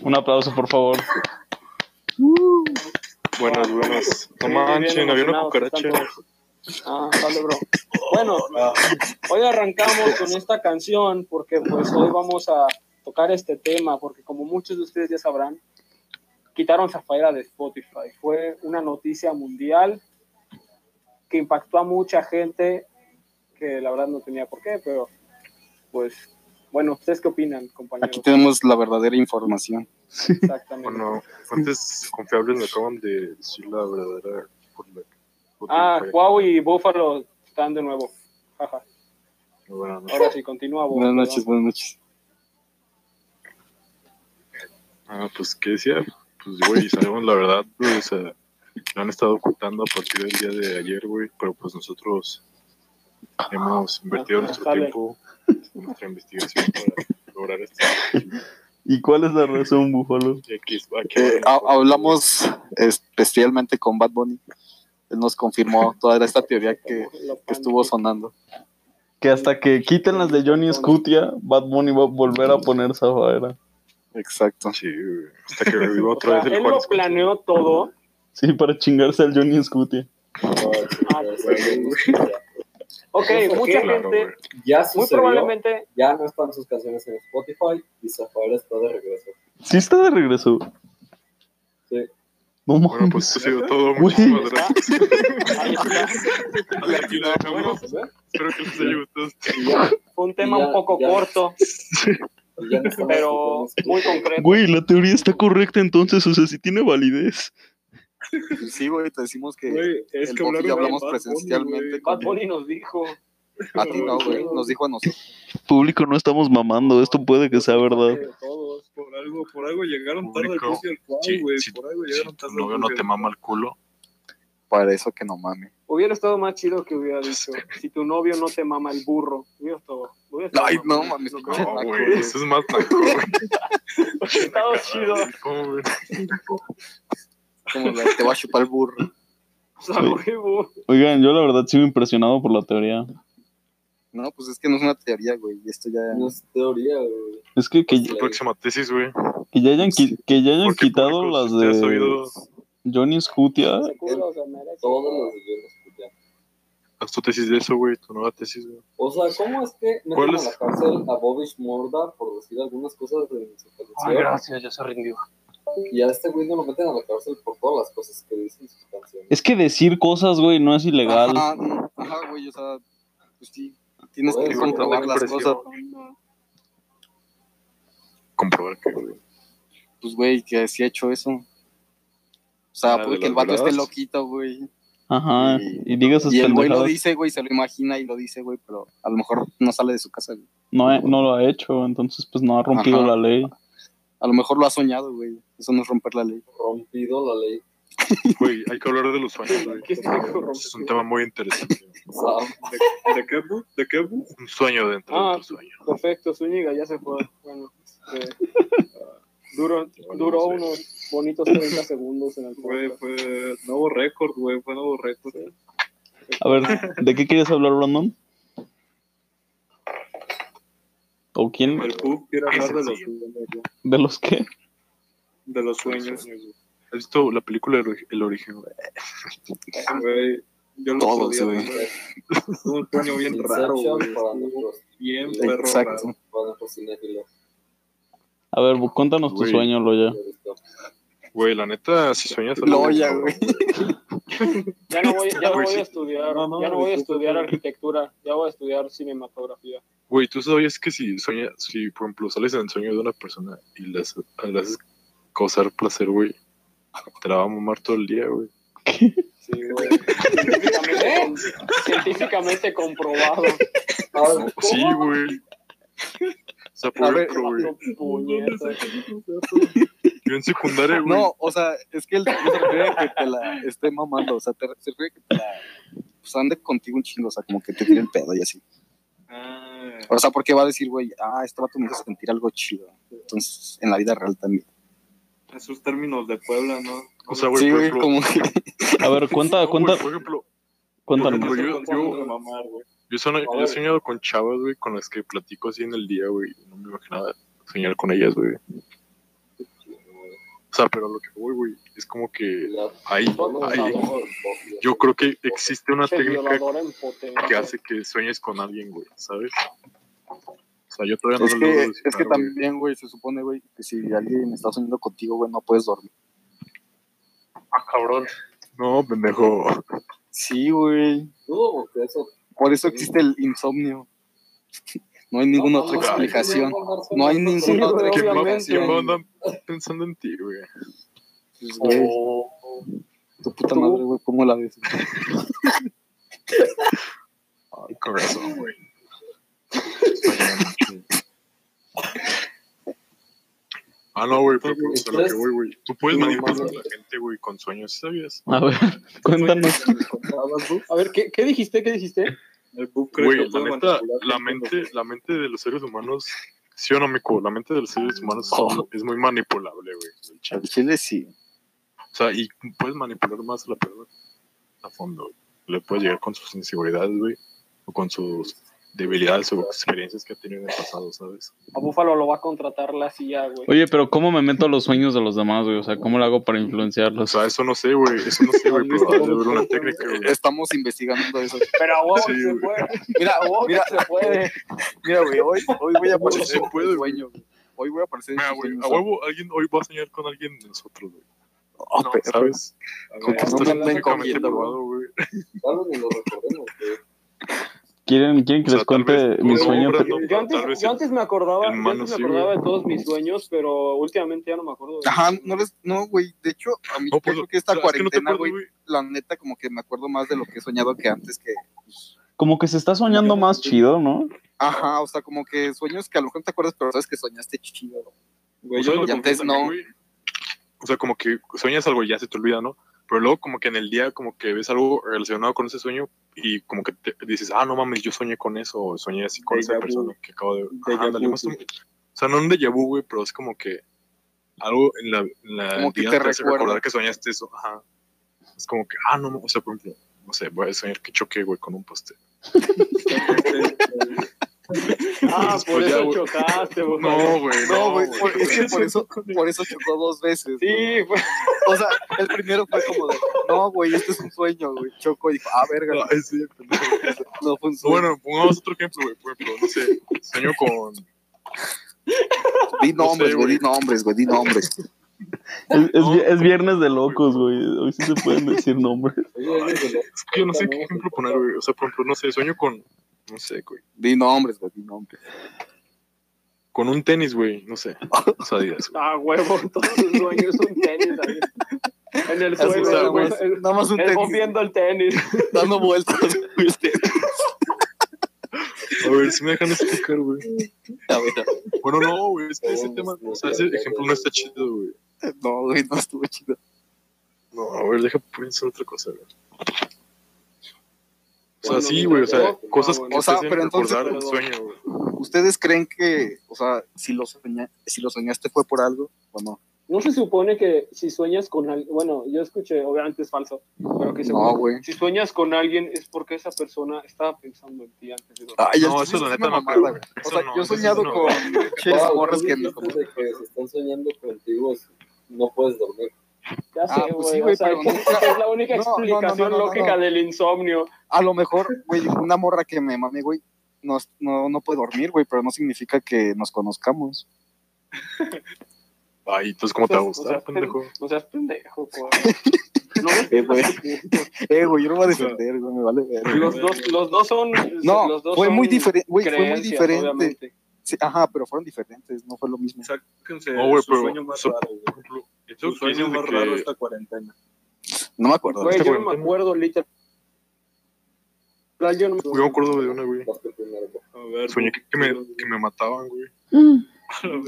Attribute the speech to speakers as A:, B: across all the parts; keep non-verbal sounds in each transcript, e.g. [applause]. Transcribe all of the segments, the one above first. A: Un aplauso, por favor.
B: Buenas, buenas. No
C: Sí,
B: manchen,
C: bien
B: había una
C: emocionados,
B: cucaracha.
C: están todos. Ah, vale, bro. Bueno, hoy arrancamos con esta canción porque pues hoy vamos a tocar este tema porque como muchos de ustedes ya sabrán, quitaron Zafaera de Spotify. Fue una noticia mundial que impactó a mucha gente que la verdad no tenía por qué, pero pues bueno, ¿ustedes qué opinan, compañeros?
D: Aquí tenemos la verdadera información.
C: Exactamente.
B: Bueno, fuentes confiables me acaban de decir la verdadera. por la- por
C: ah,
B: la-
C: Huawei y Buffalo están de nuevo. Jaja.
B: Buenas noches.
C: Ahora sí, continúa. Bo,
D: Buenas
C: perdón.
D: noches, buenas noches.
B: Ah, pues, ¿qué decía? Pues, güey, sabemos la verdad, güey, o sea, lo han estado ocultando a partir del día de ayer, güey, pero pues nosotros hemos invertido
C: Ajá,
B: nuestro
C: Ah, sale.
B: tiempo, nuestra investigación para lograr esto.
A: ¿Y cuál es la razón, Búfalo?
B: Y aquí, aquí
D: Eh, ha- hablamos especialmente con Bad Bunny. Él nos confirmó toda esta teoría que, que estuvo sonando.
A: Que hasta que quiten las de Johnny Scutia, Bad Bunny va a volver a poner Zafaera.
D: Exacto.
B: Sí, güey, hasta que reviva
C: O
B: otra
C: sea,
B: vez el
C: él lo
B: Juan.
C: planeó todo.
A: Sí, para chingarse al Johnny Scutia.
C: Ah, ok, mucha
B: Claro,
C: gente,
B: güey.
E: Ya
C: muy
E: sucedió.
C: probablemente,
E: Ya no están sus canciones en Spotify y Zafaera está de regreso.
A: Sí está de regreso.
E: Sí.
A: No
B: Bueno,
A: mames.
B: pues eso ha sido todo.
A: Güey.
B: Muchísimas gracias.
C: ahí está,
B: [laughs] Aquí la dejamos. Espero que les haya gustado. este
E: Y ya,
C: fue un tema
E: Ya,
C: un poco
E: ya.
C: corto,
E: y ya no están las
C: pero
E: canciones.
C: muy concreto.
A: Güey, la teoría está correcta entonces, o sea, sí tiene validez.
D: Sí, güey, te decimos que
B: es
D: el Bofi ya hablamos presencialmente
C: Bad
D: con
C: Bunny nos dijo,
D: a ti, no, güey. Nos dijo a nosotros.
A: Público, no estamos mamando, esto puede que sea verdad.
C: de todos,
F: Por algo, por algo llegaron tarde al
B: Público,
F: juicio del cual,
B: sí,
F: güey.
B: sí,
F: por algo
B: Si
F: llegaron
B: tu
F: tarde al
B: novio no
F: juicio
B: te
F: del-
B: mama el culo,
D: Para eso que no mame.
C: hubiera estado más chido que hubiera dicho, si tu novio no te mama el burro, hubiera estado, hubiera estado
D: Ay, no
C: mamón.
D: mames,
C: No,
D: pinche naco,
B: güey,
D: güey.
B: eso es más naco, güey.
C: hubiera estado chido,
B: ¿Cómo, güey?
D: Como la de te va a chupar el burro.
C: o sea, huevo.
A: Oigan, yo la verdad sigo impresionado por la teoría.
D: No, pues es que no es una teoría, güey. y Esto ya.
E: No es teoría, güey.
A: Es que que,
E: Sí.
B: Próxima tesis, güey.
A: que ya hayan, qui- que ya hayan
B: Porque,
A: quitado
B: público,
A: las
B: si te has
A: de
B: oído,
A: Johnny Scutia.
E: Todos los guiones que ya.
B: haz tu tesis de eso, güey, tu nueva tesis, güey.
E: O sea, ¿cómo es que
B: ¿Cuál
E: meten a
B: es?
E: la cárcel a Bobish Morda por decir algunas cosas en su canción?
C: ya se rindió.
E: Y a este güey no lo meten a la cárcel por todas las cosas que dicen sus canciones.
A: Es que decir cosas, güey, no es ilegal.
D: Ajá, no, ajá, güey, o sea, pues sí. Tienes
E: Por
D: que
E: eso,
D: comprobar
E: güey,
D: las cosas.
B: Comprobar que, güey.
D: Pues, güey, que sí ha hecho eso. O sea,
B: La de
D: puede que
B: las
D: el vato esté
B: veladas.
D: loquito, güey.
A: Ajá,
D: Y-
A: Ah, y digas esas
D: Y el güey lo
A: pendejadas.
D: dice, güey, se lo imagina y lo dice, güey, pero a lo mejor no sale de su casa, güey.
A: No, he- no lo ha hecho, entonces pues no ha rompido
D: Ajá.
A: la ley.
D: A lo mejor lo ha soñado, güey. Eso no es romper la ley.
E: Rompido la ley.
B: Güey, hay que hablar de los sueños, güey.
C: ¿Qué se dijo?
B: Es un tema muy interesante.
E: ¿sabes?
F: ¿De qué, bu? ¿De qué, bu?
B: Un sueño dentro
C: Ah.
B: de tu sueño.
C: Perfecto, Zúñiga ya se fue. Bueno, este, duró, duró unos bonitos 30 segundos en el
F: Güey,
C: podcast.
F: fue nuevo récord, güey. Fue nuevo récord.
A: A ver, ¿de qué querías hablar, Brandon? ¿O quién?
F: El pub quiere hablar de los,
A: ¿De los qué?
F: de los sueños.
B: ¿Has visto la película El Ori- El Origen, güey?
F: Güey, yo lo
D: Todos,
F: odio,
D: güey.
F: Fue un sueño bien raro,
E: Inception
F: güey.
E: para nuestros,
F: Bien perro raro.
D: Exacto.
E: para nuestros cinéfilos.
A: A ver, bu- cuéntanos tu
B: Güey.
A: sueño, Loya.
B: Güey, la neta, si sueñas... algo,
D: Loya, güey.
C: Ya no voy, ya no
B: Güey,
C: voy
B: sí.
C: a estudiar,
F: No, no,
C: ya no voy a
F: disculpa,
C: estudiar
F: sí.
C: arquitectura, ya voy a estudiar cinematografía.
B: Güey, tú sabías que si sueñas, si por ejemplo sales en el sueño de una persona y le haces, le haces causar placer, güey, te la va a mamar todo el día, güey.
C: Sí, güey. Científicamente, con- científicamente comprobado.
E: Ah,
B: Sí, güey. O sea,
D: A
B: por
D: ver,
B: ejemplo, güey.
C: Puñetas.
B: Yo en secundaria, güey.
D: No, o sea, es que él no se refiere a que te la esté mamando, o sea, te, se refiere a que te la. Pues ande contigo un chingo, o sea, como que te tire el pedo y así.
F: Ah,
D: O sea, porque va a decir, güey, ah, este vato me hizo sentir algo chido. Entonces, en la vida real también.
F: esos términos de Puebla, ¿no?
B: O sea, güey,
D: Sí,
B: por
D: güey,
B: ejemplo.
D: como que.
A: A ver, cuenta,
B: no, güey,
A: cuenta,
B: Por ejemplo,
A: cuéntalo.
B: por
A: más.
B: ejemplo, yo, yo,
F: mamar, güey.
B: yo, son- yo he soñado con chavas, güey, con las que platico así en el día, güey. No me imaginaba soñar con ellas, güey. O sea, pero a lo que voy, güey, es como que ahí, ahí. Yo creo que existe una
C: Pinche
B: técnica
C: violador en potencia.
B: que hace que sueñes con alguien, güey, ¿sabes? O sea, yo todavía no
D: Es
B: lo logro
D: que,
B: descifrar,
D: es que
B: güey.
D: también, güey, se supone, güey, que si alguien está soñando contigo, güey, no puedes dormir.
B: No, pendejo.
D: Sí, güey.
E: Dudo porque eso.
D: Por eso existe el insomnio. [laughs] No hay ninguna otra
E: no, no,
D: explicación.
E: no, no,
D: No hay
E: no,
D: ninguna
E: no,
D: otra
C: güey,
B: ¿Quién va,
C: obviamente.
B: quién va a andar pensando en ti, güey?
D: Pues, güey,
B: Oh.
D: tu puta
C: ¿Tú?
D: madre, güey, ¿cómo la ves?
B: Ay, corazón, güey. Estoy bien, chido. Ah, no, güey, pero pues, a lo que voy, güey. Tú puedes manipular a la gente, güey, con sueños, ¿sabías?
A: A ver, cuéntanos.
C: A ver, ¿qué, qué dijiste? ¿Qué dijiste?
F: El Pup cree
B: Güey,
F: que
B: la
F: puede
B: neta,
F: manipular
B: la
F: gente,
B: mente, la mente de los seres humanos, sí o no, mico, la mente de los seres humanos
D: Oh.
B: son- es muy manipulable, güey. el chile.
D: Al chile sí.
B: O sea, y puedes manipular más a la persona a fondo, güey. Le puedes llegar con sus inseguridades, güey, o con sus debilidades o experiencias que ha tenido en el pasado, ¿sabes?
C: A Búfalo lo va a contratar la CIA, güey.
A: Oye, pero ¿cómo me meto a los sueños de los demás, güey? O sea, ¿cómo lo hago para
B: O
A: influenciarlos?
B: sea, eso no sé, güey. Eso no
D: [laughs]
B: sé, güey, pero ha de haber una técnica, güey.
D: Estamos investigando eso.
C: Pero a huevo
B: Sí,
C: que se
B: güey.
C: puede.
D: [laughs] Mira,
C: A huevo que
D: mira,
C: se puede.
D: mira, güey, hoy, hoy voy a
B: se
D: aparecer en
B: puede,
D: tu sueño. güey. Hoy voy a aparecer en
B: Mira,
D: tu
B: güey,
D: sueño,
B: a huevo alguien hoy va a soñar con alguien de nosotros, güey.
D: Oh,
B: No,
D: perro.
B: ¿sabes?
F: güey.
D: Con
F: A
D: que
F: ver,
D: no me
B: Está
D: anden
B: científicamente
D: comiendo, güey.
B: probado, güey.
E: Tal vez ni lo recordemos, güey.
A: ¿Quieren, quieren que
B: O sea, tal
A: les cuente
B: vez
A: mi
B: tú,
A: sueño?
B: Brandon, pero
C: Yo
B: tal
C: antes,
B: vez
C: yo
B: el-
C: antes me acordaba,
B: el
C: yo
B: mano
C: antes
B: sí,
C: me acordaba
B: güey.
C: de todos mis sueños, pero últimamente ya no me acuerdo. de-
D: Ajá, no, les, no, güey, de hecho, a mí
B: No,
D: yo
B: pues,
D: creo que esta
B: o sea, es que no te
D: cuarentena,
B: acuerdas,
D: güey, la neta, como que me acuerdo más de lo que he soñado que antes que...
A: Como que se está soñando más chido, ¿no?
D: Ajá, o sea, como que sueños que a lo mejor no te acuerdas, pero sabes que soñaste chido. güey.
F: güey,
B: O sea,
F: yo lo
B: lo
D: Y
B: que
D: antes
B: pasa también,
D: no.
B: güey, O sea, como que sueñas algo y ya se te olvida, ¿no? Pero luego como que en el día como que ves algo relacionado con ese sueño y como que te dices, ah, no mames, yo soñé con eso, o soñé así con
F: Déjà
B: esa
F: vu.
B: persona que acabo de... Ajá,
F: Déjà
B: ándale,
F: vu,
B: más o
F: güey.
B: menos. O sea, no un déjà vu, güey, pero es como que algo en la, en la
D: Como que
B: día
D: te
B: hace
D: recuerda.
B: recordar que soñaste eso. Ajá. Es como que, ah, no, no, o sea, por ejemplo, no sé, voy a soñar que choqué, güey, con un poste.
C: Ah, [laughs]
B: Pues
C: por
B: ya,
C: eso
B: güey.
C: chocaste, güey.
B: No, güey,
D: No, güey,
B: güey.
D: por- es que
B: [laughs]
D: por eso, por eso chocó dos veces. güey.
C: Sí, güey.
D: O sea, el primero fue como de, no, güey, esto es un sueño, güey. Choco y dijo, ah, verga,
B: Ay,
D: [laughs]
B: sí, pendejo.
D: no fue un sueño.
B: Bueno, pongamos otro ejemplo, güey, por ejemplo, no sé, sueño con...
D: di
B: no sé,
D: nombres, güey,
B: güey.
D: di nombres, güey, di nombres.
A: Es, es vi- es viernes de locos, güey. Hoy sí se pueden decir nombres.
E: Oye, oye, oye,
B: Es que yo no sé qué ejemplo poner, güey. O sea, por ejemplo, no sé, sueño con, no sé, güey.
D: Di nombres, güey, di nombres.
B: Con un tenis, güey, no sé. O sea, Adidas, güey.
C: Ah, huevo, [laughs] todos tus sueños son tenis ahí. En el
D: Así,
B: güey,
D: nada,
C: suelo, güey.
D: más, nada más un
C: El vos
D: tenis
C: viendo el tenis. [laughs]
D: dando vueltas, güey, el tenis.
B: A ver, si me dejan explicar, güey.
D: A ver,
B: Bueno, no, güey, es que ese tema, o sea, ese ejemplo no está chido, güey.
D: No, güey, no estuvo chido.
B: No, a ver, deja pensar otra cosa, güey. O sea,
C: Bueno,
B: sí, güey, o sea,
C: no,
B: cosas
C: bueno.
B: que
D: O sea,
B: te hacen
D: pero entonces-
B: recordar el sueño, güey.
D: ¿Ustedes creen que, o sea, si lo, soña- si lo soñaste fue por algo o no?
C: No se supone que si sueñas con alguien, bueno, yo escuché, obviamente es falso, pero que se
D: No, güey.
C: si sueñas con alguien es porque esa persona estaba pensando en ti antes de dormir.
D: Ay,
B: No,
D: el
B: eso
D: chile
B: la
D: es
B: neta
D: una
B: no
D: mamada,
B: creo.
D: güey.
B: Eso
D: O sea,
B: no,
D: yo he
B: eso sí
D: soñado
B: no.
C: [laughs]
D: con ches
E: wow,
D: morras
E: ¿no
D: que
E: viste
D: como-
E: eso de que se están soñando contigo, no puedes dormir.
C: Ya sé,
D: Ah, pues
C: güey.
D: sí, güey,
C: o sea,
D: pero
C: que
D: nunca-
C: Es la única
D: No, no, no, no,
C: explicación
D: no, no,
C: lógica
D: no.
C: del insomnio.
D: A lo mejor, güey, una morra que me mame, güey, no, no, no puede dormir, güey, pero no significa que nos conozcamos.
B: Ay, entonces, ¿cómo te va a gustar, pendejo?
C: O sea, es pendejo, güey. No,
D: güey. Eh, güey, yo lo voy a defender, güey, me vale ver.
C: los, dos, los dos son.
D: No,
C: los dos
D: fue
C: son
D: muy diferente, güey, fue muy
C: creencias,
D: diferente.
C: obviamente.
D: Sí, ajá, pero fueron diferentes, no fue lo mismo.
F: Sáquense
B: No, güey,
F: su
B: pero-
F: sueño más
B: so-
F: raro, güey.
B: Por ejemplo,
F: Su
B: eso que
F: sueño
B: dices de
F: más raro
B: que
F: esta cuarentena.
D: No me acuerdo.
C: Güey, yo no me
B: cuarentena.
C: acuerdo, literal. Yo no me
B: Yo me acuerdo de una, güey.
E: Vas tú primero, güey.
F: A ver,
B: Soñé que, que me,
F: güey.
B: que me mataban, güey.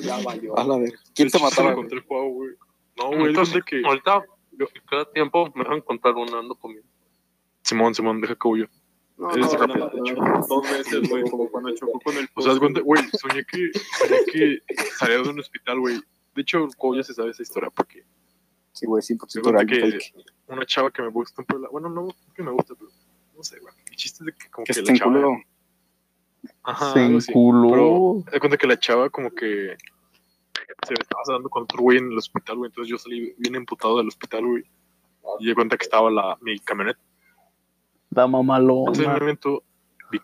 C: Ya valió.
D: A la ver, ¿quién te
B: De hecho, se
D: mataba?
B: lo
D: güey?
B: encontré el juego, güey. No, güey,
G: Entonces,
B: de que.
G: ahorita, yo, cada tiempo me dejan contar una ando comiendo.
B: Simón, Simón, deja que voy yo.
H: No,
B: Es
H: no,
B: rápido.
F: Dos veces, güey, como cuando chocó con el
B: O sea, haz
F: poste.
B: cuenta, güey, soñé que, soñé que salía de un hospital, güey. De hecho, el Cobo ya se sabe esa historia, porque
D: Sí, güey,
B: se
D: 100%
B: cuenta
D: real.
B: que
D: fake.
B: una chava que me gusta en Puebla, bueno, no que me gusta, pero no sé, güey. El chiste es de que como
D: Que
B: que
D: está
B: la
D: en
B: chava...
D: Este culo.
B: Ajá,
A: Se
B: algo así.
A: enculó.
B: Pero se cuenta que la chava como que se estaba dando con otro güey en el hospital, güey. Entonces yo salí bien emputado del hospital, güey. Y di cuenta que estaba la, mi camioneta.
A: La mamalona.
B: Entonces en un momento vi,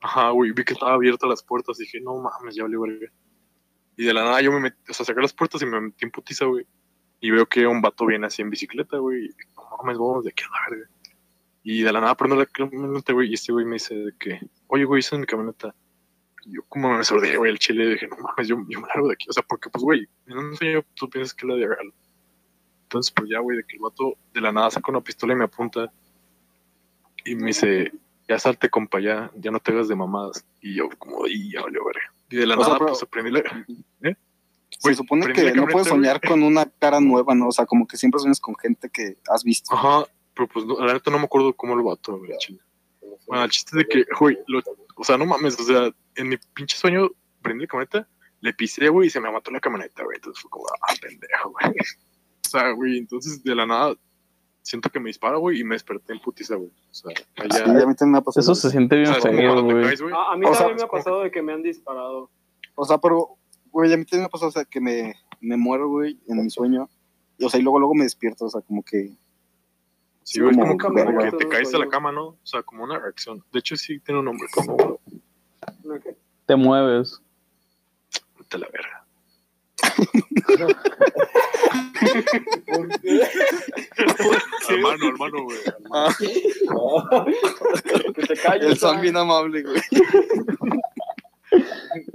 B: ajá, güey, vi que estaba abierta las puertas. Y dije, no mames, ya valió verga. Y de la nada yo me metí, o sea, saqué las puertas y me metí en putiza, güey. Y veo que un vato viene así en bicicleta, güey. Y dije, no mames, vamos de aquí a la verga. Y de la nada prendo la camioneta, güey. Y este güey me dice de que, oye, güey, esa es mi camioneta. Y yo como me sordé, güey, el chile. Dije, no mames, yo, yo me largo de aquí. O sea, porque, pues, güey, en un sueño tú piensas que es la diagonal. Entonces, pues ya, güey, de que el vato de la nada saca una pistola y me apunta. Y me dice, ya salte, compa, ya, ya no te hagas de mamadas. Y yo como, y ya valió verga. Y de la
D: O sea,
B: nada,
D: pero-
B: pues, aprendí la...
D: Se
B: Güey,
D: supone
B: prendí
D: que
B: la
D: no puedes
B: camioneta, güey.
D: soñar con una cara nueva, ¿no? O sea, como que siempre sueñas con gente que has visto.
B: Ajá, pero pues no, la neta no me acuerdo cómo lo mató, güey, al chile. Bueno, el chiste de que, güey, lo- o sea, no mames, o sea, en mi pinche sueño prendí la camioneta, le pisé, güey, y se me mató la camioneta, güey. Entonces fue como, ah, pendejo, güey. [laughs] O sea, güey, entonces de la nada siento que me dispara, güey, y me desperté en putiza, güey. O sea,
D: Sí,
B: allá.
D: a mí también me ha pasado
A: Eso se siente
B: o
A: bien
B: sea, es como
A: feo,
B: cuando te
A: güey.
B: caes, güey.
C: A, a mí
D: O sea,
C: también me ha
B: como que-
C: pasado de que me han disparado.
D: O sea, pero, güey, a mí también me pasó, o sea, que me, me muero, güey, en mi sueño. Y, o sea, y luego, luego me despierto, o sea, como que...
B: Sí, güey, es como,
C: como
B: como que
C: todo
B: te caes de la
C: sueño.
B: cama, ¿no? O sea, como una reacción. De hecho, sí tiene un nombre, como,
C: ¿no? Que-
A: Te mueves.
B: te la verga.
E: ¿Por qué?
B: [laughs] Hermano, hermano, güey.
C: Que te calles.
D: son bien amable, güey.
B: [laughs]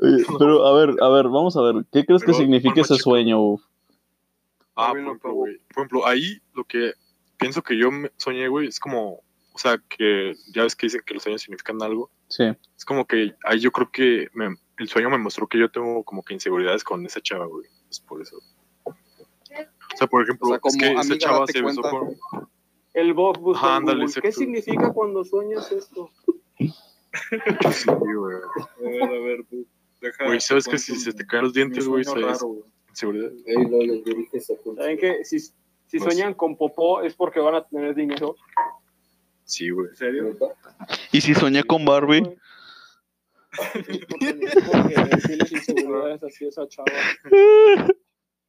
A: Oye, Pero a ver, a ver, vamos a ver. ¿Qué crees que
B: Pero,
A: significa
B: bueno,
A: ese
B: chico.
A: sueño? güey?
B: Ah, por
F: También lo
B: ejemplo,
F: probó.
B: güey. Por ejemplo, ahí lo que pienso que yo me- soñé, güey, es como, o sea, que ya ves que dicen que los sueños significan algo.
A: Sí.
B: Es como que ahí yo creo que me- el sueño me mostró que yo tengo como que inseguridades con esa chava, güey. Es por eso. O sea, por ejemplo,
D: O sea,
B: es
D: como,
B: que esa
D: amiga,
B: chava
D: date
B: se besó
D: cuenta.
B: con.
C: El Bob busca
B: Ajá,
C: en
B: ándale,
C: Google,
B: exacto.
C: ¿Qué significa cuando sueñas esto?
B: Sí, güey.
F: A ver, a ver, tú. Deja,
B: Güey, ¿sabes que
F: cuento
B: si
F: mi-
B: se te caen los
F: mi
B: dientes, güey,
F: sueño
B: sabes?
F: raro, güey.
B: Inseguridad.
E: Ey, no, les dije esa punta.
C: ¿Saben que si,
D: Pues
C: si
B: No
C: sueñan con popó es porque van a tener dinero?
B: Sí, güey.
F: ¿En serio?
E: ¿Neta?
I: ¿Y si soñé con Barbie?
C: [laughs] Porque porque tienes inseguridades así esa chava.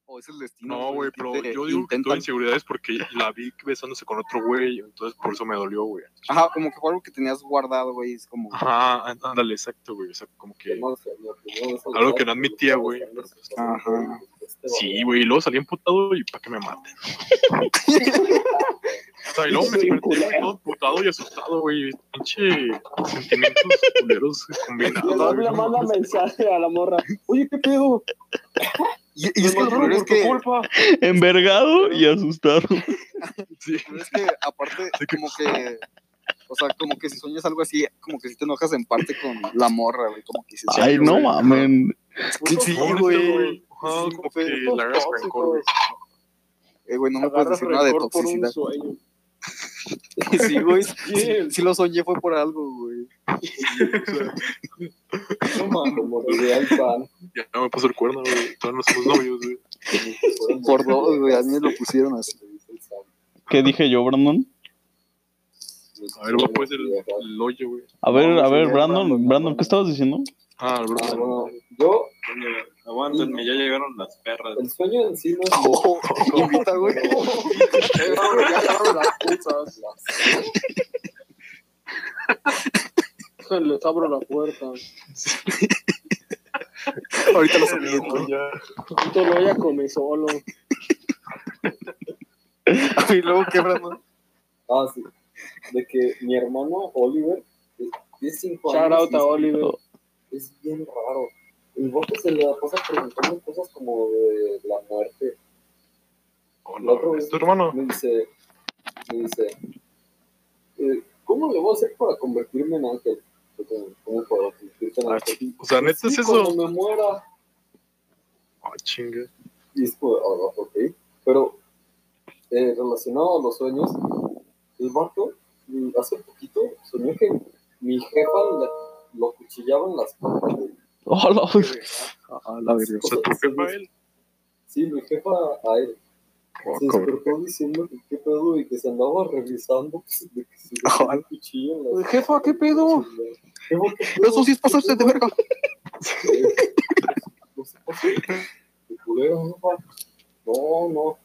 D: O es el destino.
B: No, güey, pero
D: te
B: yo digo que tuve
D: intentan-
B: inseguridades porque la vi besándose con otro güey, entonces por eso me dolió, güey.
D: Ajá, como que fue algo que tenías guardado, güey, es como...
B: Ajá, ándale, exacto, güey. O sea, como que.
E: No, no, pues, no, Este
B: Algo que no admitía, güey.
D: Ajá.
B: Sí, güey, y luego salí emputado y para que me maten. o sea, y luego me desperté güey, todo emputado y asustado, güey. Pinche sentimientos culeros
C: Y el
B: combinados.
C: Bob
B: güey,
C: le
B: no
C: manda
B: mames.
C: mensaje a la morra. Oye, ¿qué pedo?
D: Y, y es que
C: Me
D: lo peor
C: mataron
D: es
C: por tu
D: que,
C: culpa.
I: Envergado y asustado.
B: Sí,
D: pero es que aparte, como que... O sea, como que si sueñas algo así, como que si te enojas en parte con la morra, güey, como que dices...
I: Ay, no
B: güey.
I: mamen.
D: Sí,
B: Pobrecito,
D: güey.
B: Ajá,
D: Sí,
B: como que
D: fue-
B: la hagas rencor, güey.
D: Eh, güey, no me puedes
C: Agarras
D: decir nada de
C: rencor por un
D: toxicidad.
C: sueño.
D: [laughs] Sí, güey,
C: Bien.
D: si, si lo soñé fue por algo, güey.
E: Como diría el pan.
B: Ya no me puso el cuerno, güey. Todavía no somos novios, güey. [laughs]
D: Por dos, güey, a mí me lo pusieron [laughs] así.
A: ¿Qué dije yo, Brandon?
B: A ver, va pues el, el hoyo, güey.
A: A ver,
D: No,
A: a ver,
D: sí,
A: Brandon, Brandon, ¿qué estabas diciendo?
B: Ah, bro.
E: Ah, bueno, yo,
F: Aguántenme, ya llegaron las perras.
E: el sueño en sí no es.
D: Invita, güey.
C: Les abro la puerta.
D: Ahorita lo soñé.
C: Esto lo voy a comer solo.
D: Y luego quebrando.
E: Ah, sí. De que mi hermano Oliver, de 10, 5 años.
C: Shout out
E: y
C: a
E: es-
C: Oliver.
E: Es bien raro. El voto se le pasa preguntando cosas como de la muerte.
B: Hola, güey. ¿Es tu hermano?
E: Me dice, me dice, eh, ¿cómo le voy a hacer para convertirme en ángel? Yo como, ¿Cómo para convertirte
F: Ah,
E: en ángel?
B: O sea, neta es
E: Sí,
B: eso.
E: Cuando me muera.
B: Ah, chinga.
E: Y es como, ah, ok. Pero eh, relacionado a los sueños, el barco mm, hace poquito soñó que mi jefa la- lo cuchillaban las patas. güey.
A: Hola, güey.
D: Ah, la verga.
B: O sea, tu jefa, él. Ah,
E: Sí, mi jefa a él.
D: Oh,
E: se
D: cabrón.
E: despertó diciendo que qué pedo y que se andaba revisando pues, de que se
D: [laughs]
E: le
D: Ah,
E: metió un cuchillo en la-
D: Jefa, ¿qué pedo?
E: Jefa, ¿qué pedo?
D: Eso sí es
E: [laughs]
D: pasarse de verga.
E: No se pase. De culero, jefa. No, no.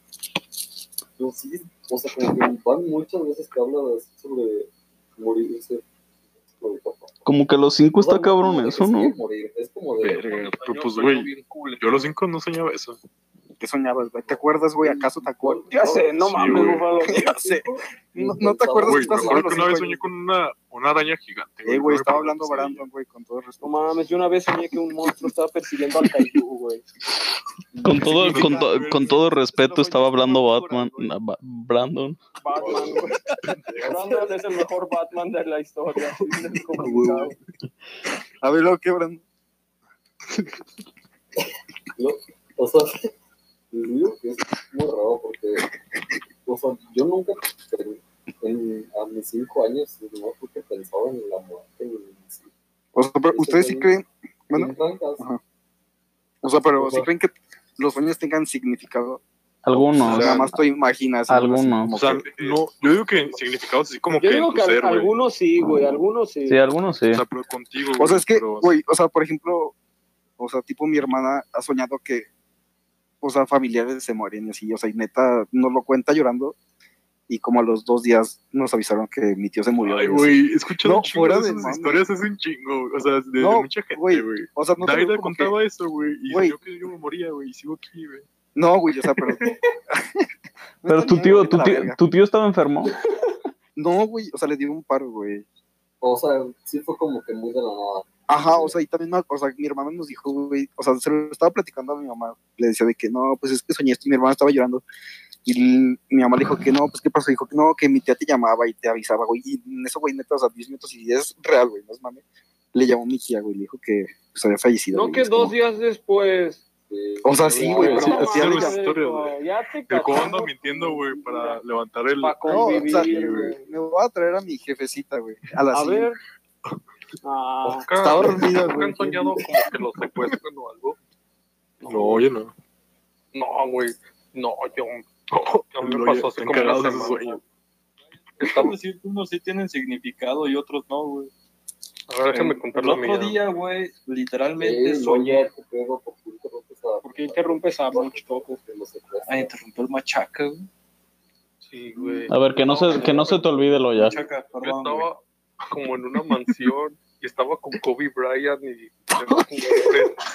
E: Yo sí, o sea, como que van muchas veces que hablan así sobre morirse. Sobre papá.
A: Como que los
D: Pues
A: cinco está
E: No, no,
A: cabrón eso,
E: es
A: ¿no?
E: que morir, Es como de.
B: Verga, pero pues, güey, yo a los cinco no soñaba eso.
D: ¿Qué soñabas, güey? ¿Te acuerdas, güey? ¿Acaso te acuerdas?
C: Ya sé, no
B: Sí,
C: mames,
B: güey.
C: Búfalo.
D: Ya sé. No, no te acuerdas que
B: Güey, me
D: estás
B: acuerdo
D: hablando
B: que una vez soñé con una, una araña gigante,
D: Eh, güey,
B: No me
D: estaba
B: acuerdo
D: hablando
B: cómo se
D: Brandon, güey, con todo
C: No
D: respeto.
C: mames, yo una vez soñé que un monstruo estaba persiguiendo al Kaiju, güey.
A: [laughs] Con todo, con, to- con todo respeto, estaba hablando Batman. na- Ba- Brandon.
C: Batman, güey. Brandon es el mejor Batman de la historia.
D: [laughs]
C: Es complicado.
D: A ver, lo que Brandon.
E: O sea, les digo que es muy raro porque, o sea, yo nunca, pen- en- a mis cinco años, no fue que pensaba en la muerte. ni en-
D: O sea, pero ustedes sí creen, bueno,
E: en rancas.
D: Ajá. o sea, pero si creen que los sueños tengan significado.
A: Algunos.
D: Nada más tu imaginación.
A: Algunos.
B: O sea, no, yo digo que significados así como
C: Yo
B: que en
C: digo
B: tu
C: que al-
B: ser, güey.
C: algunos sí, güey, algunos sí.
A: Sí, algunos sí.
B: O sea, pero contigo,
D: O sea, es que,
B: pero-
D: güey, o sea, por ejemplo, o sea, tipo mi hermana ha soñado que, o sea, familiares se mueren y así, o sea, y neta nos lo cuenta llorando. Y como a los dos días nos avisaron que mi tío se murió.
B: Ay,
D: y así.
B: güey, escucha
D: No,
B: un chingo
D: fuera
B: de
D: de
B: esas
D: mame.
B: historias, es un chingo, o sea, de, de
D: No,
B: mucha gente,
D: güey,
B: güey.
D: O sea, no te
B: David
D: digo
B: le
D: como que-
B: contaba eso, güey, y
D: Güey.
B: yo que yo me moría, güey, y sigo aquí, güey.
D: No, güey, o sea,
B: [laughs]
D: pero. [laughs]
A: Pero tu tío, tu
D: La
A: tío,
D: verga.
A: tu tío estaba enfermo.
D: No, güey, o sea, le dio un paro, güey.
E: O sea, sí fue como que muy de la nada.
D: Ajá, o sea, y también, o sea, mi hermana nos dijo, güey, o sea, se lo estaba platicando a mi mamá, le decía de que no, pues es que soñé esto y mi hermana estaba llorando. Y l- mi mamá le dijo que no, pues qué pasó, dijo que no, que mi tía te llamaba y te avisaba, güey, y en eso, güey, neta, o sea, 10 minutos y es real, güey, no es mame. Le llamó mi tía, güey, le dijo que pues, había fallecido.
C: No
D: güey,
C: que
D: es como-
C: dos días después.
E: que-
D: O sea, sí, güey,
B: No,
D: así,
B: no,
D: así
B: no,
D: le
B: no,
D: llamó.
B: no, historia, güey.
C: Ya te
B: De cómo
C: cachamos.
B: ando mintiendo, güey, para levantar el...
C: Pa'
D: No, o sea,
C: convivir, güey.
D: me voy a traer a mi jefecita, güey, a la
C: A
D: silla.
C: ver. Ah,
B: Nunca-
D: Estaba dormida,
G: ¿Nunca
D: güey.
G: han soñado como que los secuestran o algo?
B: No, yo no.
G: No, güey. No, yo. No, me
B: Lo
G: pasó así
B: están
G: como una
B: cagados de sus
G: semana.
B: sueños. [laughs]
F: Estamos diciendo unos sí tienen significado y otros no, güey.
G: A ver, déjame contar
F: El
G: la
F: otro
G: mía.
F: día, güey,
E: Eh,
F: literalmente
E: no,
F: soñé.
E: no, que pedo, por culpa, no, pues, a-
C: ¿por qué interrumpes a Butch?
E: que no se puede.
F: Ay, Ah, interrumpió el machaca, güey.
G: Sí, güey.
A: A ver, que no se, que no se te olvide lo ya.
F: Machaca,
G: Yo
F: perdón. güey.
G: estaba como en una mansión y estaba con Kobe Bryant y demás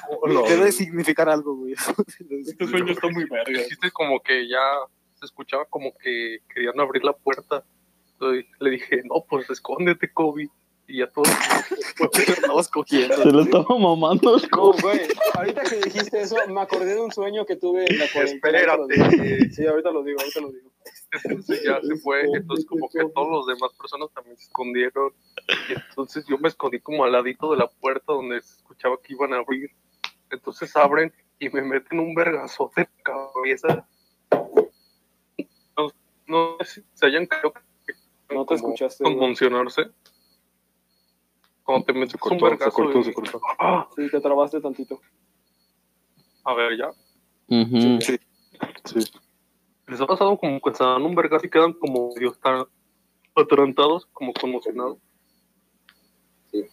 G: jugadores.
D: Debe significar algo, güey. [laughs] Debe significar-
F: Este sueño está muy verga.
G: Dijiste como que ya se escuchaba como que querían abrir la puerta. Entonces le dije, no, pues escóndete, Kobe. Y ya todos.
D: Andabas [laughs] cogiendo.
A: Se lo estaba mamando el
C: No,
A: co-
C: güey. Ahorita que dijiste eso, me acordé de un sueño que tuve en
B: [laughs]
C: la cuarentena. Ahorita lo
G: Espérate.
C: digo. Sí, ahorita lo digo, ahorita lo digo.
G: Entonces ya se fue. Entonces, como que todos los demás personas también se escondieron. Y entonces yo me escondí como al ladito de la puerta donde se escuchaba que iban a abrir. Entonces abren y me meten un vergazote de cabeza. No, no sé si se hayan caído.
C: No te escuchaste, güey.
G: Convulsionarse. Cuando te metes un vergazo. y- Ah,
C: Sí, te trabaste tantito.
G: a ver, ya.
A: Ujú.
G: Les ha pasado como que se dan un vergazo y quedan como medio atra- atarantados, como conmocionados.
E: Te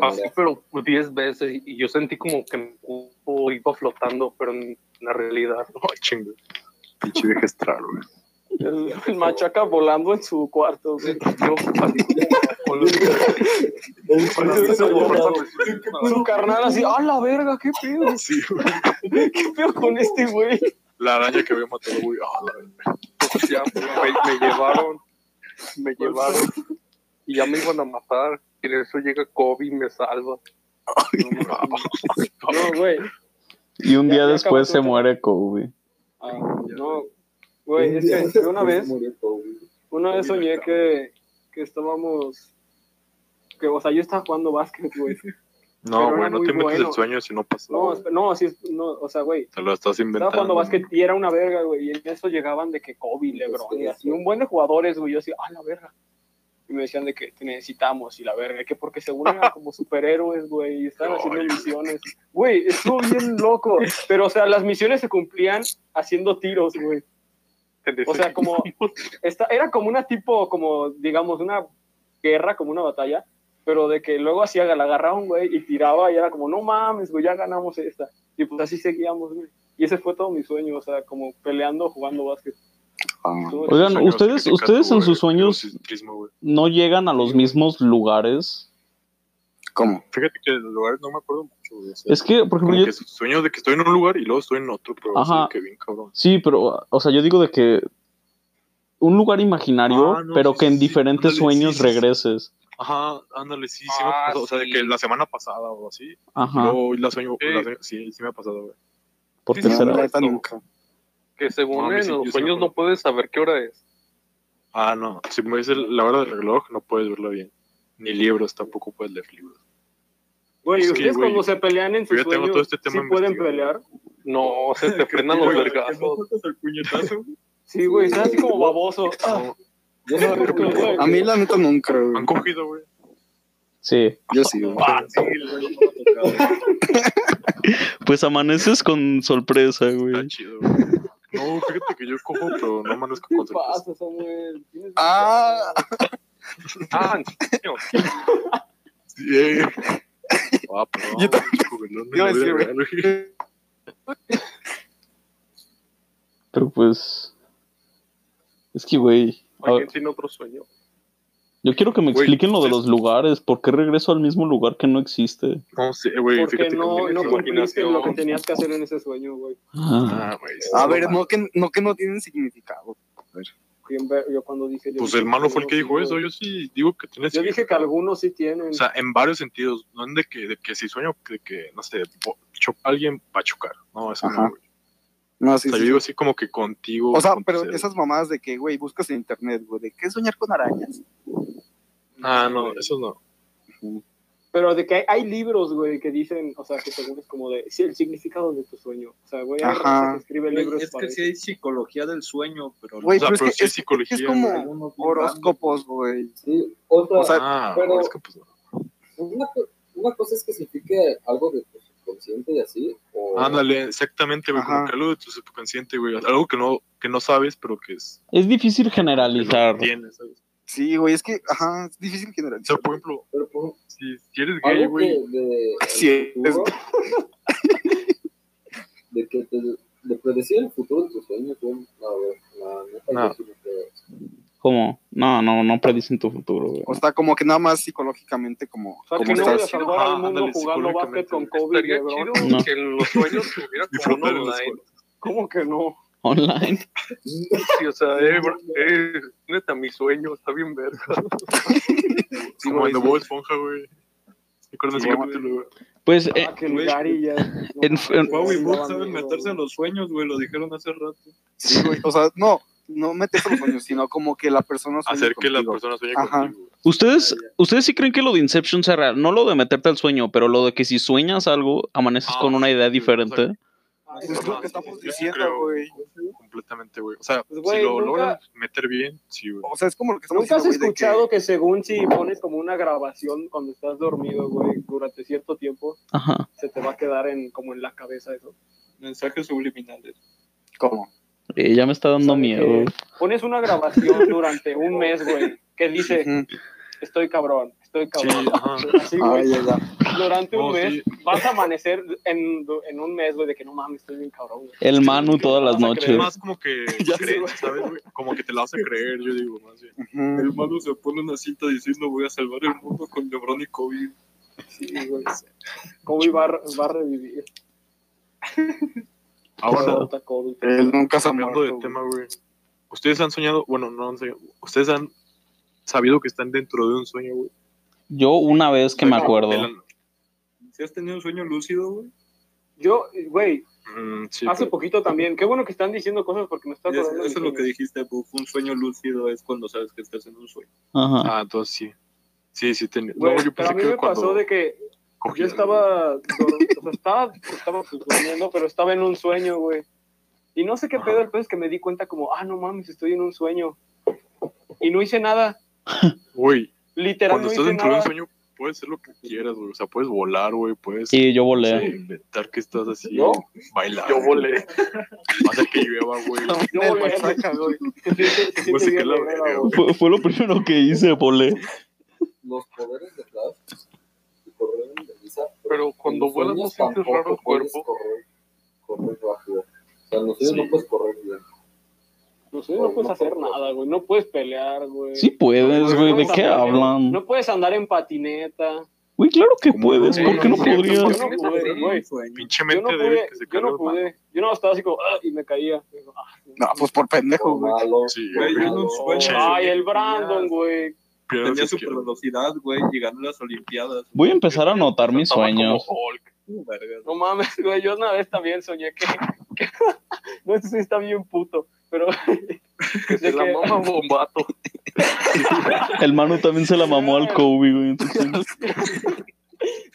C: Ah,
G: Así,
E: mareas.
G: Ah, pero 10 veces. Y yo sentí como que mi cuerpo iba flotando, pero en la realidad. ¿no? [laughs]
B: Ay, chingo. Pinche vieja estral, güey.
F: [laughs]
C: El, el machaca volando en su cuarto, güey.
G: Yo, así como con los- con las luces borrosas, me sentí
C: Su carnal así, ¡ah, la verga! ¡Qué pedo!
B: [laughs] Sí, güey.
C: ¿Qué pedo con este güey?
B: La araña que había matado, güey. Ah, la verga.
G: como ya, me, me llevaron,
C: Pues
G: me llevaron. Y ya me iban a matar. Y en eso llega Kobe y me salva.
C: No, güey.
A: Y un
C: Ya-
A: día
C: ya
A: después
C: acabó
A: se
C: tu-
A: muere Kobe.
C: Ah, no, güey, es que yo una vez,
E: Murió todo, güey.
C: una vez soñé que, que estábamos, que, o sea, yo estaba jugando básquet, güey,
B: No,
C: Pero
B: güey,
C: era
B: no
C: muy
B: te metes
C: bueno.
B: el sueño si no pasó.
C: No,
B: güey.
C: esp- no, sí, no, o sea, güey.
B: Te lo estás
C: Estaba
B: inventando.
C: cuando basquetí era una verga, güey, y en eso llegaban de que Kobe, LeBron y así, un buen de jugadores, güey, yo así, ah, la verga. Y me decían de que te necesitamos y la verga, que porque se unen a como superhéroes, güey, y están haciendo misiones. Güey, estuvo bien loco, pero o sea, las misiones se cumplían haciendo tiros, güey. [laughs] O sea, como esta, era como una tipo, como digamos, una guerra, como una batalla, pero de que luego hacía, la agarraba un güey y tiraba y era como, no mames, güey, ya ganamos esta. Y pues así seguíamos, güey. Y ese fue todo mi sueño, o sea, como peleando, jugando básquet.
D: Ah,
C: Estuvo
A: Oigan,
B: Sueños
A: ustedes,
B: que te
A: ustedes en
B: catuve,
A: sus sueños
B: egocentrismo, güey.
A: no llegan a los mismos lugares.
D: ¿Cómo?
B: Fíjate que los lugares no me acuerdo mucho, güey. o sea,
A: Es que, por
B: como
A: ejemplo, yo-
B: que sueños de que estoy en un lugar y luego estoy en otro, pero así
A: Ajá.
B: de que bien cabrón.
A: sí, pero, o sea, yo digo de que un lugar imaginario,
B: Ah, no,
A: pero
B: sí,
A: que en
B: sí, sí,
A: diferentes
B: ándale,
A: sueños
B: sí, sí, sí.
A: regreses.
B: Ajá, ándale, sí, sí me ha
F: Ah,
B: pasado. O sea, de
F: sí.
B: que la semana pasada o así.
A: Ajá,
B: Luego hoy la sueño,
G: Sí.
B: la sueño- sí, sí me ha pasado, güey.
A: por
G: sí, sí,
D: No,
A: tercera
D: la
A: vez.
D: neta nunca.
G: Que según
B: No, a mí
G: en
B: sí, yo sí me
G: los sueños
B: acuerdo.
G: no puedes saber qué hora es.
B: Ah, no. Si me ves el- la hora del reloj, no puedes verla bien. Ni libros, tampoco puedes leer libros.
C: Güey,
B: Sí,
C: ustedes
B: güey.
C: cuando se pelean en
B: Yo
C: sus
B: ya tengo
C: sueños,
B: todo este tema
C: ¿sí pueden
B: investigado.
C: pelear?
G: No, se te frenan los vergazos.
B: el puñetazo?
C: Sí, güey, están así como
B: [laughs]
C: baboso. Ah,
E: Yo sí,
C: no,
E: porque-
C: güey.
D: A mí la neta nunca, güey.
B: Han cogido, güey.
A: Sí.
D: Yo sí, güey.
I: Pues amaneces con sorpresa,
B: Está
I: güey.
B: chido, güey. No, fíjate que yo cojo, pero no amanezco
C: ¿Qué
B: con sorpresa.
C: pasa, Samuel? Tienes-
D: Ah,
G: Ah, ¿en serio?
B: Sí. Ah, pero no,
D: Yo
B: chico, güey, no, no,
D: Yo
B: no,
D: sí,
B: no,
D: güey.
B: no, güey.
A: Pero pues. Es que, güey. a
G: ¿Alguien
A: ver,
G: tiene otro sueño?
A: Yo quiero que me
B: Güey,
A: expliquen lo de
B: ustedes-
A: los lugares. ¿Por qué regreso al mismo lugar que no existe?
B: No sé, güey.
C: Porque
B: Fíjate
C: no,
B: que
C: no
B: mi
C: cumpliste
B: imaginación-
C: lo que tenías que hacer en ese sueño, güey.
A: Ah,
B: Ah, güey.
D: a ver, no que, no que no tienen significado.
C: Bien ver- Yo cuando dije... yo
B: Pues
C: dije
B: el
C: que
B: malo fue el que
C: algunos
B: dijo
C: sí,
B: eso.
C: güey.
B: Yo sí digo que tienes
C: Yo dije que algunos sí tienen.
B: O sea, en varios sentidos. No en de que, de que si sueño, de que, no sé, bo- cho- alguien va a chocar. No, eso
D: Ajá.
B: no, güey.
D: No,
B: O
D: sí,
B: sea,
D: sí.
B: yo digo así como que contigo.
D: O sea,
B: con tu
D: pero
B: ser.
D: esas mamadas de que, güey, buscas en internet, güey, de qué soñar con arañas.
B: Ah, no, eso no.
C: Pero de que hay, hay libros, güey, que dicen, o sea, que según es como de, sí, el significado de tu sueño. O sea, güey, hay
D: Ajá.
C: raza que escribe libros
F: Es
C: para
F: que sí hay psicología del sueño, pero
D: Güey,
B: o sea,
D: pero es que
B: sí
D: es,
B: psicología.
D: es como
B: güey.
F: algunos bien
D: horóscopos, güey.
E: sí, otra,
D: O sea,
B: ah,
E: pero-
B: es que pues no.
E: una, co- una cosa es que signifique algo de tu subconsciente y así, o
B: Ándale, exactamente, güey, como
D: Ajá.
B: que algo de tu subconsciente, güey. Algo que no, que no sabes, pero que es.
A: Es difícil
B: que
A: generalizar.
B: no tienes, ¿sabes?
D: Sí, güey, es que, ajá, es difícil
B: O sea,
D: generalizar.
B: por ejemplo,
E: pero por-
B: si, si eres gay,
E: algo que
B: güey,
E: de,
D: Sí,
E: el
D: es-
E: futuro, de que te de predecir el futuro de tus sueños, güey, no, güey, la neta,
A: No.
E: yo sí no creo.
A: Como, no, no, no predicen tu futuro, güey.
D: O sea, como que nada más psicológicamente, como,
C: O sea,
D: como
C: que no voy a
D: estás.
C: salvar
B: Ajá,
C: al mundo
B: Ah, ándale,
C: jugando básquet con Kobe,
G: Estaría
C: LeBron.
G: chido
A: No.
G: que en los sueños
B: [laughs]
G: tuviera como
B: disfrutar
G: uno
B: el
G: online.
B: sueño.
C: ¿Cómo que no?
A: Online.
G: Sí, o sea, eh, bro, eh, neta, mi sueño está bien verga.
B: Es como en The Bob Esponja, güey. Recuerda ese capítulo, güey.
A: Pues eh,
C: Ah, que el
F: güey.
C: Gary ya...
A: En- en-
F: Wow y Bob saben meterse en los sueños, güey, lo dijeron hace rato.
D: Sí, güey, o sea, no, no metes los sueños, sino como que la persona sueñe
B: Hacer que la
D: contigo.
B: persona sueñe
D: Ajá.
B: contigo. güey.
A: ustedes, ustedes sí creen que lo de Inception sea real. No lo de meterte al sueño, pero lo de que si sueñas algo, amaneces
B: Ah,
A: con una idea
B: sí, o
A: diferente.
C: Ah,
D: Es lo que estamos
B: Yo sí
D: diciendo,
B: creo.
D: güey.
B: Completamente, güey. O sea,
C: Pues, güey,
B: si lo
C: nunca-
B: logras meter bien, sí, güey.
D: O sea, es como lo que estamos
C: ¿Nunca has
D: diciendo, güey, de que-
C: escuchado que... según si pones como una grabación cuando estás dormido, güey, durante cierto tiempo,
A: Ajá.
C: se te va a quedar en, como en la cabeza eso?
F: Mensajes subliminales.
D: ¿Cómo?
A: Eh, ya me está dando
C: ¿Sabe
A: miedo.
C: qué? Pones una grabación durante un mes, güey, que dice,
D: Ujú.
C: estoy cabrón, estoy
B: Sí,
C: cabrón.
B: ajá.
C: Así,
D: Ah,
C: güey,
D: ya, ya.
C: durante un
B: No,
C: mes
B: sí.
C: vas a amanecer en, en un mes, güey, de que no mames, estoy bien cabrón, güey.
A: El Manu todas las
C: Vas a
B: Es
A: noches.
B: más como que
D: Ya sé,
B: creencia, ¿sabes, güey? Como que te la vas a creer, yo digo, más bien.
D: Ujú.
F: El malo se pone una cinta diciendo voy a salvar el mundo con LeBron y Kobe.
C: Sí, güey. Kobe va, a re- va a revivir.
B: Ahora,
C: Rota Kobe.
D: Él nunca se ha
B: cambiando de
D: muerto,
B: tema, güey. Ustedes han soñado, bueno, no han soñado, ustedes han sabido que están dentro de un sueño, güey.
A: Yo una vez que me acuerdo.
B: De la-
F: Si has tenido un sueño lúcido, güey.
C: Yo, güey,
B: Mm, sí,
C: hace
B: pero-
C: poquito también. Qué bueno que están diciendo cosas porque me está
F: Eso,
C: acordando. de
F: eso es
C: mi
F: lo que
C: sueño.
F: dijiste, Buff. Un sueño lúcido es cuando sabes que estás en un sueño.
A: Ajá.
B: Ah, entonces sí. Sí, sí, tenía.
C: Güey,
B: no, yo
C: pero a
B: pensé
C: mí
B: que
C: me
B: cuando.
C: pasó de que Yo
B: cogiendo.
C: estaba, dor- o sea, estaba, estaba pues, durmiendo, pero estaba en un sueño, güey. Y no sé qué pedo, el pedo es que me di cuenta como, ah, no mames, estoy en un sueño. Y no hice nada,
B: Güey,
C: literal
B: cuando
C: no
B: estás
C: hice
B: dentro de un
C: nada.
B: sueño, puedes hacer lo que quieras, güey. O sea, puedes volar, güey. Puedes
A: Sí, yo
B: no
A: volé.
B: sé, inventar que estás así,
E: ¿Yo?
B: bailar.
G: Yo
B: [laughs]
G: volé.
B: Hacer que llueva, güey.
C: Yo volé, güey. [laughs] Se siente- se siente
B: Güey, sí que
C: bien
B: la
C: verga,
B: verga,
C: güey.
A: Fue, fue lo primero que hice, volé.
E: Los poderes de Flash y correr en Lisa,
G: Pero cuando vuelas no sientes raro el cuerpo.
E: Correr, correr rápido. O sea, en los sueños
B: Sí.
E: no puedes correr bien.
C: No sé, no
B: Pues
C: puedes hacer nada, güey. No puedes pelear, güey.
A: Sí puedes,
C: No
A: güey. ¿De
C: puedes
A: qué
C: andar en-
A: hablan?
C: No puedes andar en patineta.
A: Güey, claro que
B: ¿Cómo?
A: puedes.
B: Sí,
A: ¿Por qué no
B: sí, sí,
A: podrías?
C: Yo no pude, güey.
B: Pinche
C: Yo
B: mente
C: no
B: de
C: pude,
B: débil que se
C: yo
B: carga
C: no
B: las manos.
C: pude. Yo no estaba así como, ah, y me caía. Y digo, ah, Oh,
D: No, pues por pendejo,
E: Por
D: güey.
E: malo,
B: Sí,
E: por
J: Güey, yo en un
E: malo.
B: pues, Che.
J: sueño.
C: Ay, el Brandon, güey.
B: Piernas
J: Tenía super
B: izquierdas.
J: velocidad, güey, llegando a las Olimpiadas.
A: Voy a empezar a anotar mis
G: Estaba
A: sueños.
G: como Hulk.
J: Vergas.
C: No mames, güey. Yo una vez también soñé que. [laughs] que- no sé si está bien puto, pero. [laughs]
G: Que
C: de
G: se la
C: que-
G: mama bombato.
A: El Manu también se la mamó al Kobe, güey. entonces-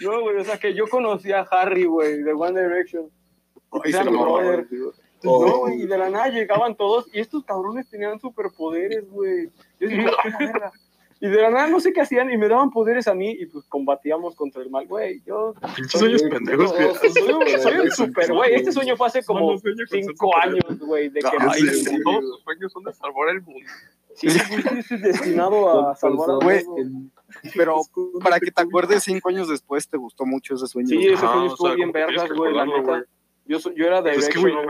C: No, güey. O sea, que yo conocí a Harry, güey, de One Direction.
D: Ay, se
C: Era
D: la
C: mi
D: mamó,
C: brother.
D: güey. Oh.
C: No, güey, y de la nada llegaban todos y estos cabrones tenían superpoderes, güey. Yo decía, "Ah, la verga". Y de la nada no sé qué hacían y me daban poderes a mí y pues combatíamos contra el mal, güey. Yo pues,
B: Pinches sueños pendejos que
C: soy, un- soy un super, güey. Este sueño fue hace como
J: Solo sueño con
C: cinco
J: superhéroes.
C: años, güey, de que
D: Ay,
G: Todos
D: Ah, sí.
G: tus sueños son de salvar el mundo.
C: sí, güey, fuiste destinado a Ah, salvar a
D: Güey.
C: todos, güey.
D: Pero para que te acuerdes cinco años después, te gustó mucho ese sueño.
C: Sí, ese
B: Ajá,
C: sueño
B: o
C: estuvo
B: sea,
C: bien
B: como que tienes
C: vergas,
B: que
C: güey, la
B: recordarlo,
C: neta. Yo, soy- yo era de
B: Es que, güey,
C: Direction,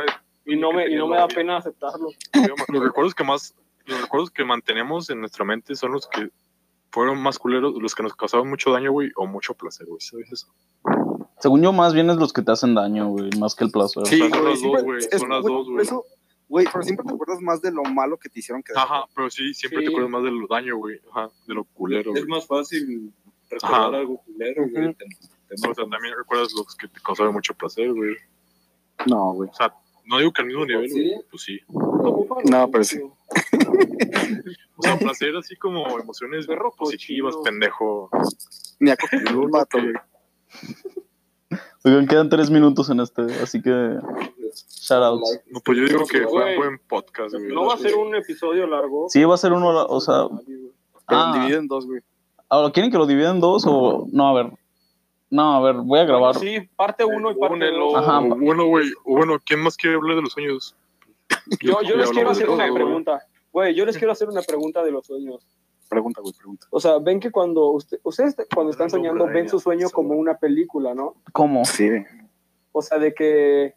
C: güey, y no me, y no me da pena aceptarlo.
B: los recuerdos que más los recuerdos que mantenemos en nuestra mente son los que fueron más culeros, los que nos causaron mucho daño, güey, o mucho placer, güey. ¿Sabes eso?
A: Según yo, más bien es los que te hacen daño, güey, más que el placer.
B: Sí, son
D: güey,
B: las dos,
D: siempre-
B: güey.
D: es-
B: Son las
D: güey,
B: dos,
D: por
B: güey.
D: eso, güey, pero siempre te acuerdas más de lo malo que te hicieron que de-
B: Ajá, pero sí, siempre
C: Sí.
B: te acuerdas más de lo daño, güey. Ajá, de lo culero,
J: Es
B: güey.
J: más fácil recordar
B: Ajá.
J: algo culero, güey. te- te
B: Este, O sea, también recuerdas los que te causaron mucho placer, güey.
D: No, güey.
B: O sea, no digo que al mismo nivel, güey. Pues sí.
D: No, pero sí.
B: O sea, placer así como emociones
C: Perro
B: positivas,
C: cochino.
B: pendejo.
D: Ni [laughs] acostumbró un vato, güey.
A: Oigan, quedan tres minutos en este, así que shoutouts.
B: No, pues yo digo que fue
C: Güey.
B: un buen podcast, güey.
C: No va a ser un episodio largo.
A: Sí, va a ser uno, o sea,
D: Pero
A: Ah.
D: dividido en dos, güey.
A: ahora quieren que lo dividan en dos o no, a ver. No, a ver, voy a grabar.
C: Sí, parte
B: Eh,
C: uno y parte
G: Únelo.
C: dos.
A: Ajá.
B: O Bueno, güey, o bueno, ¿quién más quiere hablar de los sueños?
C: Yo, yo les
B: Ya
C: quiero
B: hablamos de
C: hacer una
B: todo, güey.
C: pregunta. Güey, yo les quiero hacer una pregunta de los sueños.
D: Pregunta, güey, pregunta.
C: O sea, ven que cuando usted- ustedes te- cuando están
B: Brandon
C: soñando ven
B: Bryan,
C: su sueño
B: sí.
C: como una película, ¿no?
A: ¿Cómo?
D: Ah, Sí, güey.
C: O sea, de que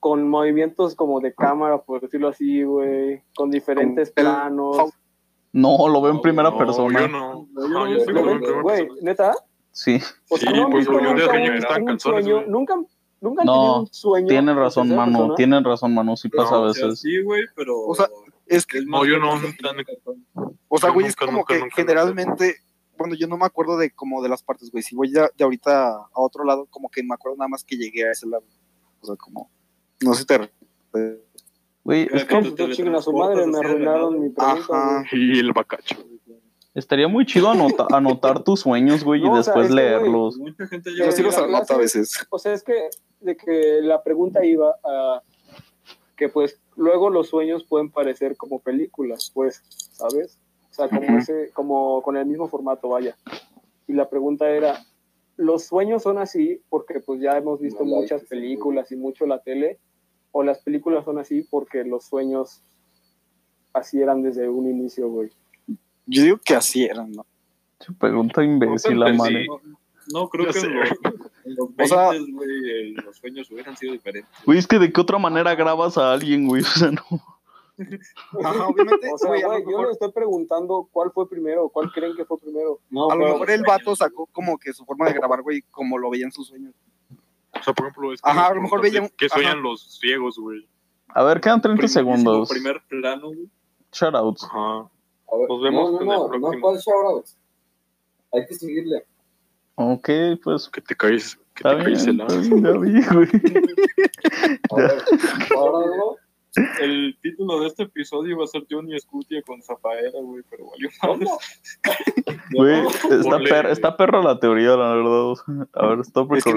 C: con movimientos como de cámara, por decirlo así, güey, con diferentes
D: Con el-
C: planos.
D: Fau-
A: No, lo veo en primera
B: No,
A: persona.
B: Yo no. No, yo
C: Lo
B: sí lo veo en
C: ven-
B: primera
C: Güey,
B: persona.
C: neta.
A: Sí,
C: O
B: Sí,
C: sea, no han
B: pues,
C: visto
B: güey, yo
C: nunca
B: de
C: un,
B: niño estaba en
C: un
B: calzones,
C: sueño,
B: güey.
C: nunca, nunca han
A: No,
C: tenido un sueño.
A: tienes razón,
C: en tercera
A: Manu.
C: persona?
A: Tienes razón, Manu. Sí pasa a
J: O sea,
A: veces.
J: sí, güey, pero.
D: O sea, Es que,
J: es
B: No, yo no.
D: o sea,
B: yo
D: güey, es
B: nunca,
D: como
B: nunca,
D: que
B: nunca,
D: generalmente, bueno, yo no me acuerdo de como de las partes, güey. Si voy ya- de, ahorita a otro lado, como que me acuerdo nada más que llegué a ese lado. O sea, como, no sé si te... eh,
A: Güey,
J: Es
C: No, pues, yo chinguen a su madre, me arruinaron mi pregunta.
D: Ajá.
C: güey.
B: Y el bacacho.
A: estaría muy chido anota- anotar tus sueños, güey, y
C: No, o sea,
A: después
C: es que, güey,
A: leerlos.
J: Mucha gente
D: Yo
J: llega
D: sí los
C: Mira,
D: anoto a
C: gracias.
D: veces.
C: O sea, es que de que la pregunta iba a que pues luego los sueños pueden parecer como películas, pues, ¿sabes? O sea, como
D: Ujú.
C: ese, como con el mismo formato, vaya. Y la pregunta era, ¿los sueños son así porque pues ya hemos visto
E: No, la
C: muchas
E: hice, sí.
C: películas y mucho la tele? ¿O las películas son así porque los sueños así eran desde un inicio, güey?
D: Yo digo que así eran, ¿no?
A: Che, Pregunta imbécil, la madre.
J: No, creo
B: Ya
J: que
B: sé,
J: en los, en los
D: O sea-
J: 20s, güey, eh, los sueños hubieran sido diferentes.
A: Güey, es que de qué otra manera grabas a alguien, güey. [laughs] O sea, no.
D: Ajá, obviamente,
C: [laughs] O sea,
D: güey, a lo
C: güey, yo
D: mejor-
C: le estoy preguntando cuál fue primero, cuál creen que fue primero.
J: No,
D: A lo mejor el vato sacó como que su forma de grabar, güey, como lo veía en sus sueños.
B: O sea, por ejemplo, es
D: Ajá, a lo mejor veía un-
B: que sueñan
D: ajá.
B: los ciegos, güey.
A: A ver, quedan 30 segundos.
J: primer plano, güey.
A: Shoutouts.
B: Ajá.
E: A ver,
G: Nos vemos
E: no, no,
G: en el
E: no, No,
G: próximo.
E: ¿cuál shoutouts? Hay que seguirle.
A: Ok, pues.
B: Que te caes, que
A: Está
B: te
A: bien, pues,
B: caes el [laughs]
A: está
B: lado.
A: bien, ya vi, güey.
E: A ver, ahora no,
B: El título de este episodio iba a ser Johnny Scutia con Zafaera, güey, pero valió madre. [laughs]
A: Güey, está, per- está perra la teoría, la verdad. A ver, stop
K: Es que